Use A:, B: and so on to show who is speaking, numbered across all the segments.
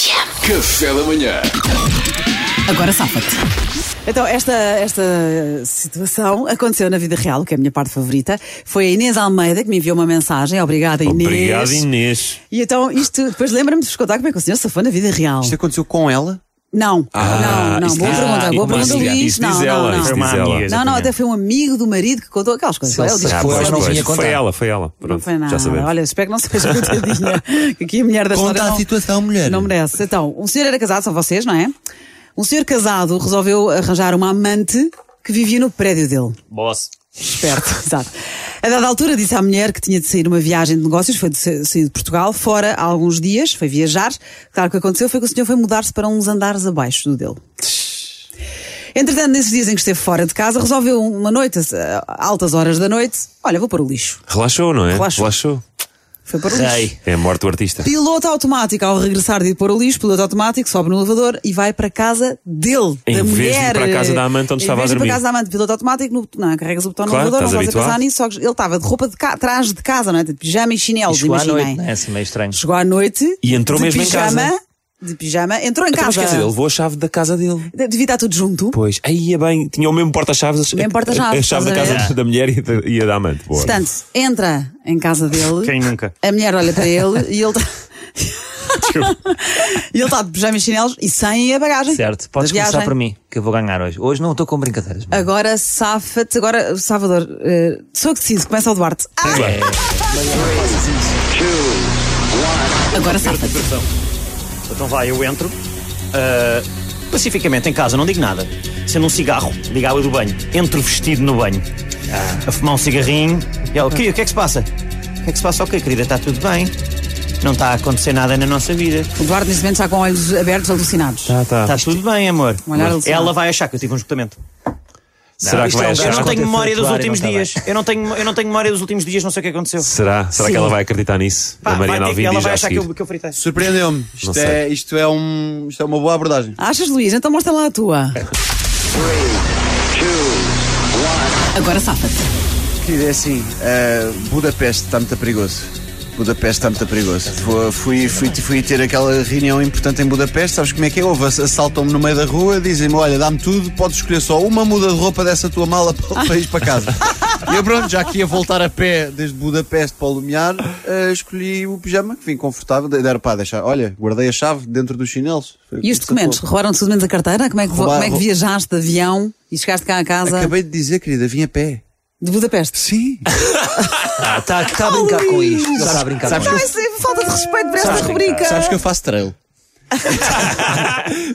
A: Café da manhã.
B: Agora safa-te.
C: Então, esta, esta situação aconteceu na vida real, que é a minha parte favorita. Foi a Inês Almeida que me enviou uma mensagem. Obrigada, Inês.
D: Obrigado, Inês.
C: E então, isto, depois lembra-me de vos contar como é que o senhor safou na vida real.
E: Isto aconteceu com ela?
C: Não, não, não.
D: é- Ah, isto
C: Boa
D: diz-
C: pergunta, boa
D: ah,
C: pergunta,
D: isso diz-
C: Luís.
D: isso
C: Não,
D: diz
C: não,
D: ela, é
C: não.
D: isso
C: Não,
D: diz ela.
C: não, até foi um amigo do marido que contou aquelas coisas.
E: ele
C: Ele disse
D: Ah,
E: se
C: que
E: foi,
C: foi,
E: não vinha
D: foi
E: contar.
D: ela, foi ela. Pronto,
C: não foi nada.
D: Já sabemos.
C: Olha, espero que não seja coitadinha. que aqui a mulher da
E: Conta
C: história
E: a
C: não-
E: situação, mulher.
C: Não merece. Então, um senhor era casado, são vocês, não é? Um senhor casado resolveu arranjar uma amante que vivia no prédio dele.
D: Boss.
C: Esperto, exato. A dada altura disse à mulher que tinha de sair numa viagem de negócios, foi de sa- sair de Portugal, fora há alguns dias, foi viajar. Claro que o que aconteceu foi que o senhor foi mudar-se para uns andares abaixo do dele. Entretanto, nesses dias em que esteve fora de casa, resolveu uma noite, a- a altas horas da noite, olha, vou para o lixo.
D: Relaxou, não é?
C: Relaxou. Foi para o lixo.
D: É a morte do artista.
C: Piloto automático, ao regressar de ir pôr o lixo, piloto automático sobe no elevador e vai para a casa dele,
D: Em
C: da
D: vez de ir
C: mulher.
D: para a casa da amante
C: Em
D: onde estava
C: vez
D: a
C: de ir para
D: dormir.
C: casa da amante, piloto automático, no, não, carregas o botão no
D: Claro,
C: elevador, não estás
D: estás
C: a pensar
D: habituado.
C: nisso. Só que ele estava de roupa de ca, trás de casa, não é? De pijama e chinelos,
F: Chegou à
C: imaginei.
F: noite, né? Assim meio estranho.
C: Chegou à noite.
D: E entrou
C: de
D: mesmo em
C: pijama,
D: casa.
C: De pijama, entrou em
D: Então, mas
C: casa.
D: quer dizer, ele levou a chave da casa dele.
C: De- Devia estar tudo junto.
D: Pois, aí é bem, tinha o mesmo porta-chaves.
C: Mesmo
D: a-
C: porta-chaves,
D: A chave da
C: estás a
D: casa
C: ver?
D: da mulher e da, e a da amante. Boa.
C: Portanto, entra em casa dele.
F: Quem nunca?
C: A mulher olha para ele e ele está. e ele está de pijama e chinelos e sem a bagagem.
F: Certo, podes
C: Da
F: começar
C: viagem.
F: por mim, que eu vou ganhar hoje. Hoje não estou com brincadeiras. mano.
C: Agora safa-te. Agora, Salvador, eh, sou eu que decido. Começa o Duarte.
G: É.
C: Ah,
B: Agora safa-te.
H: Então vai, eu entro. ah, pacificamente em casa, não digo nada. Sendo um cigarro, liga a água do banho. Entro vestido no banho.
D: Ah.
H: A fumar um cigarrinho. E ela, querida, o que é que se passa? O que é que se passa? Ok, querida, está tudo bem. Não está a acontecer nada na nossa vida.
C: o Duarte, neste momento, está com olhos abertos, alucinados.
D: Ah, tá.
H: Está tudo bem, amor.
C: Um olhar alucinado.
H: Ela vai achar que eu tive um esgotamento.
D: Será que
F: isto
D: vai
F: é um gajo
H: Eu
D: achar?
H: não tenho
F: aconteceu
H: memória dos
F: claro,
H: últimos
F: não está
H: dias. Eu não, tenho, eu não tenho memória dos últimos dias, não sei o que aconteceu.
D: Será? Será que ela vai acreditar nisso?
H: Pá,
D: a
H: vai
D: Mariana
H: ter que-
D: Alvim
H: ela
D: diz já
H: vai
D: a
H: achar que
D: seguir.
H: eu, que eu fritei.
E: Surpreendeu-me. Isto
D: sei.
E: é, isto, é um, isto é uma boa abordagem.
C: Achas, Luís? Então mostra lá a tua.
G: É.
B: Agora safa-te.
G: Querido, é assim, eh, Budapeste está muito perigoso. Budapeste está muito perigoso. Fui, fui, fui, fui ter aquela reunião importante em Budapeste, sabes como é que é? Houve, assaltam-me no meio da rua, dizem-me, olha, dá-me tudo, podes escolher só uma muda de roupa dessa tua mala para, para ir para casa. Ah. e eu pronto, já que ia voltar a pé desde Budapeste para o Lumiar, eh, escolhi o pijama, que vim confortável, de- deram para deixar, olha, guardei a chave dentro dos chinelos.
C: E os
G: Foi como se
C: documentos?
G: fosse.
C: Roubaram-te os documentos da carteira? Como é, que, vo-
G: Roubaram-
C: como é que viajaste de avião e chegaste cá a casa
G: Acabei de dizer, querida, vim a pé.
C: de Budapeste?
G: Sim.
F: Ah, Está está a brincar com isto. Ele está a brincar com
G: sabes
F: isto.
C: Não, isso é falta de respeito para esta
G: Sabes
C: rubrica.
G: que eu faço trail.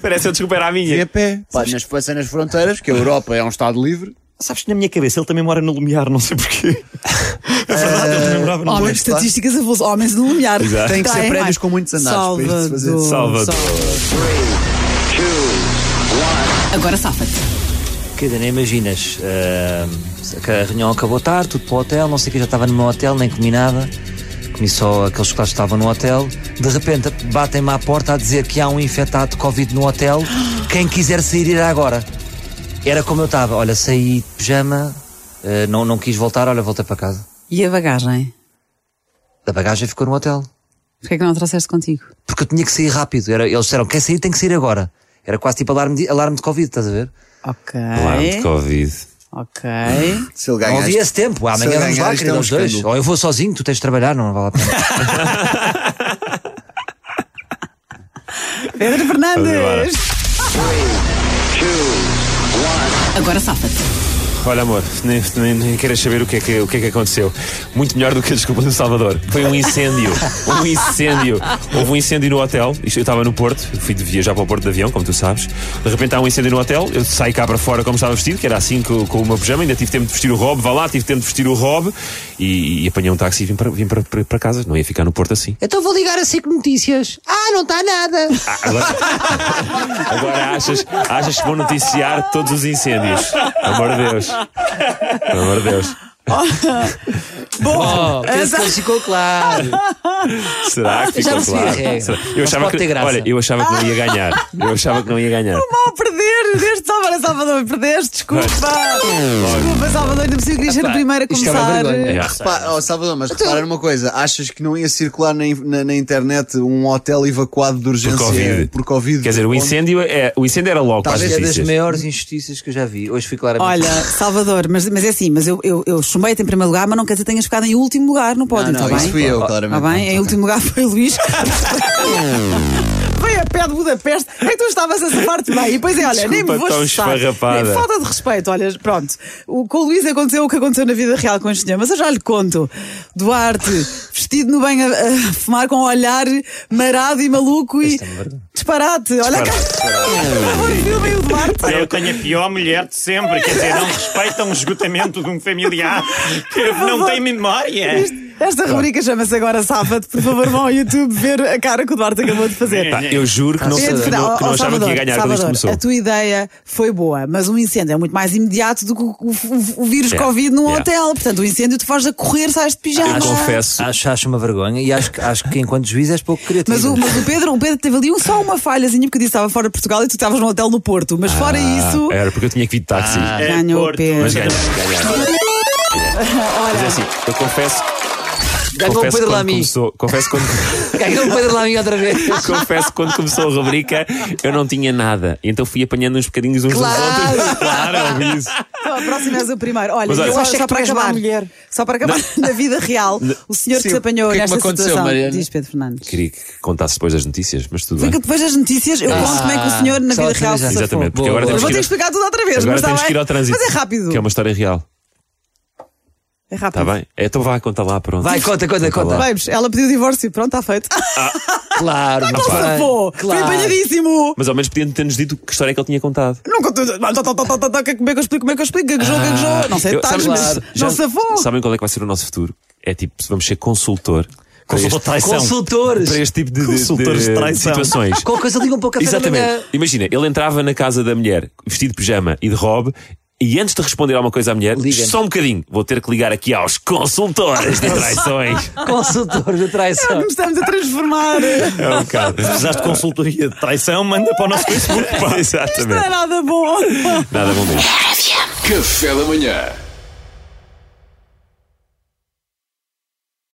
D: Parece eu desculpar a
G: Vim
D: minha.
G: a pé. Pá, nas, passei nas fronteiras, que a Europa é um Estado livre.
H: Sabes que na minha cabeça ele também mora no Lumiar, não sei porquê. É verdade, ele também morava no
C: Homens,
G: Pois,
C: estatísticas a voz, homens de lumiar.
G: Tem que ser
C: Tá, é,
G: prédios
C: vai.
G: com muitos andares para isto se fazer.
C: Salvador,
D: Salvador.
B: Agora safa-te.
F: Querida, nem imaginas. ah, que a reunião acabou tarde, tudo para o hotel, não sei o que, já estava no meu hotel, nem comi nada. Comi só aqueles chocolates que estavam no hotel. De repente batem-me à porta a dizer que há um infectado de Covid no hotel. Quem quiser sair irá agora. Era como eu estava. Olha, saí de pijama, ah, não, não quis voltar, olha, voltei para casa.
C: E a bagagem?
F: A bagagem ficou no hotel.
C: Porquê é que não a trouxeste contigo?
F: porque eu tinha que sair rápido. Era, eles disseram: quer sair, tem que sair agora. Era quase tipo alarme de, alarme de Covid, estás a ver?
C: Ok. é?
D: Alarme de Covid.
C: Ok.
G: Se ele
F: Não
G: ganhar.
F: havia esse tempo. Ah,
G: Se
F: Amanhã vamos
G: ganhar,
F: lá,
G: isto
D: então
G: é
F: querido,
G: um
F: aos dois.
G: escândalo.
F: Ou eu vou sozinho, tu tens de trabalhar, não vale a pena.
C: Pedro Fernandes.
B: Agora safa-te.
D: Olha, amor, nem, nem, nem queres saber o que, é que, o que é que aconteceu. Muito melhor do que a desculpa do Salvador. Foi um incêndio. um incêndio. Houve um incêndio no hotel. Isto, Eu estava no Porto, fui de viajar para o Porto de avião, como tu sabes. De repente há um incêndio no hotel. Eu saí cá para fora como estava vestido, que era assim com, com o meu pijama. Ainda tive tempo de vestir o robe. Vá lá, tive tempo de vestir o robe. E, e apanhei um táxi e vim, para, vim para, para, para casa. Não ia ficar no Porto assim.
F: então vou ligar a 5 notícias. Ah, não está nada.
D: Ah, Agora, agora achas, achas que vou noticiar todos os incêndios. Pelo amor de Deus. Pelo amor de Deus.
C: Bom,
F: Oh, penso que ele ficou claro.
C: Ah,
F: Ah,
D: Será que
C: já percebi
D: ficou
C: a
D: claro?
F: regra.
D: Será?
F: É, Mas
D: Eu achava,
F: pode
D: que,
F: ter graça.
D: olha, eu achava que não ia ganhar. Eu achava que não ia ganhar.
C: mal perder. Deste Salvador, Salvador, perdeste. Desculpa. Desculpa, Salvador, ainda por cima querias ser a
F: Epá,
C: primeira a
F: isto é uma
C: começar.
F: vergonha.
D: É,
G: Repara, oh, Salvador, mas repara numa coisa: achas que não ia circular na, na- na internet um hotel evacuado de urgência
D: Covid.
G: por Covid?
D: Quer dizer, o
G: Onde-
D: incêndio, é, o incêndio era logo para as
F: Talvez é das
D: notícias.
F: maiores injustiças que eu já vi. Hoje fui
G: Tá
F: claramente.
C: Olha, Salvador, mas, mas é assim, mas eu, eu, eu chumbei-te em primeiro lugar, mas não quer dizer que tenhas ficado em último lugar no pódio,
G: Ah, Não,
C: está
G: não,
C: bem?
G: isso fui eu,
D: Ah,
G: claramente.
C: Está bem? Em último lugar foi o Luís. Foi a pé de Budapeste. É que tu estavas a safar-te bem. E depois é, olha, nem me
D: Desculpa,
C: vou
D: tão
C: chutar.
D: esfarrapada.
C: Nem falta de respeito. Olha, pronto. O, com o Luís aconteceu o que aconteceu na vida real com este senhor, mas eu já lhe conto. Duarte, vestido no bem a, a fumar com um olhar marado e maluco e. Disparate. Olha cá. Filmem o Duarte.
H: Eu tenho a pior mulher de sempre, quer dizer, não respeitam o esgotamento de um familiar que não tem memória.
C: Isto- Esta rubrica chama-se Agora Sábado. Por favor, vão ao YouTube ver a cara que o Duarte acabou de fazer.
D: Pá, eu juro que não,
C: Gente,
D: que não, que não
C: ó, ó,
D: achava que ia ganhar quando
C: Salvador,
D: isto
F: é
D: começou.
C: A tua ideia foi boa, mas um incêndio é muito mais imediato do que o, o- o vírus
D: Yeah,
C: Covid num
D: yeah.
C: hotel. Portanto, o incêndio tu fazes a correr, sais de pijama.
D: Eu confesso.
F: Acho, acho uma vergonha e acho, que- acho que enquanto juiz és pouco criativo.
C: Mas o, mas o Pedro, o Pedro teve ali um- só uma falhazinha porque disse que estava fora de Portugal e tu estavas num hotel no Porto. Mas fora isso,
D: Ah, era porque eu tinha que vir de táxi.
F: Ah.
H: É
C: ganhou o
H: Porto.
C: Pedro.
D: Mas ganhei, ganhei. Mas é assim, eu confesso.
F: Ganhou o
D: confesso
F: Pedro
D: quando
F: Lamy.
D: começou- confesso quando.
F: Ganhou um o Pedro Laminha outra vez.
D: Confesso que quando começou a rubrica eu não tinha nada. Então fui apanhando uns bocadinhos uns
C: Claro.
D: dos outros. Claro, é ouvi isso.
C: Então, a próxima és o primeiro. Olha,
D: Mas
C: e
D: olha-
C: só,
D: Eu acho é
C: só para acabar. Só para acabar, na vida real, o senhor que
G: Sim,
C: se apanhou
G: o que é que
C: nesta
G: me aconteceu,
C: situação.
G: Mariana?
C: Diz Pedro Fernandes.
D: Queria que contasse depois das notícias, mas tudo
C: Fica
D: bem.
C: depois das notícias, eu conto como é que o senhor na
F: Ah, só
C: vida real se
F: outra vez já.
C: safou.
D: Exatamente, porque
F: Boa,
C: Eu
D: agora
F: boa.
D: temos
C: vou ter
D: que ir
C: que
D: ao-
C: explicar tudo outra vez,
D: Agora
C: mas está
D: temos
C: bem.
D: que ir ao trânsito.
C: Mas é rápido.
D: Que é uma história real.
C: É rápido.
D: Está bem? Então vá, conta lá, pronto.
F: Vai, conta, conta, conta.
D: lá.
C: Vamos, ela pediu divórcio, pronto, está feito.
D: Ah,
F: Claro,
C: Está
F: muito
C: com
F: bem.
C: safou. Foi
F: Claro.
C: apanhadíssimo.
D: Mas ao menos podiam ter-nos dito que história é que ele tinha contado.
C: Não conto. Tá, tó, tó, tó, tó, tó, tó, Como é que eu explico? Como é que eu explico? Gaguejou, gaguejou. Não sei
D: Ah, Eu-
C: detalhes,
D: sabes-
C: mas
D: já-
C: tá não safou.
D: Sabem qual é que vai ser o nosso futuro? É tipo, se vamos ser consultor. para
H: Consultor
D: este-
H: de traição.
F: Consultores.
D: Para este tipo de, de-
H: Consultores de
D: de
H: traição.
D: situações.
F: Qualquer coisa liga um pouco a café da manhã.
D: Exatamente. Imagina, ele entrava na casa da mulher vestido de pijama e de robe. E antes de responder alguma coisa à mulher,
F: Liga-me.
D: só um bocadinho, vou ter que ligar aqui aos consultores de traições.
F: Consultores de traição.
C: Nos Estamos a transformar.
D: É um bocado.
H: Se precisares de consultoria de traição, manda para o nosso Facebook.
C: Não é
D: Exatamente.
C: nada bom.
D: Nada bom mesmo.
A: Café da Manhã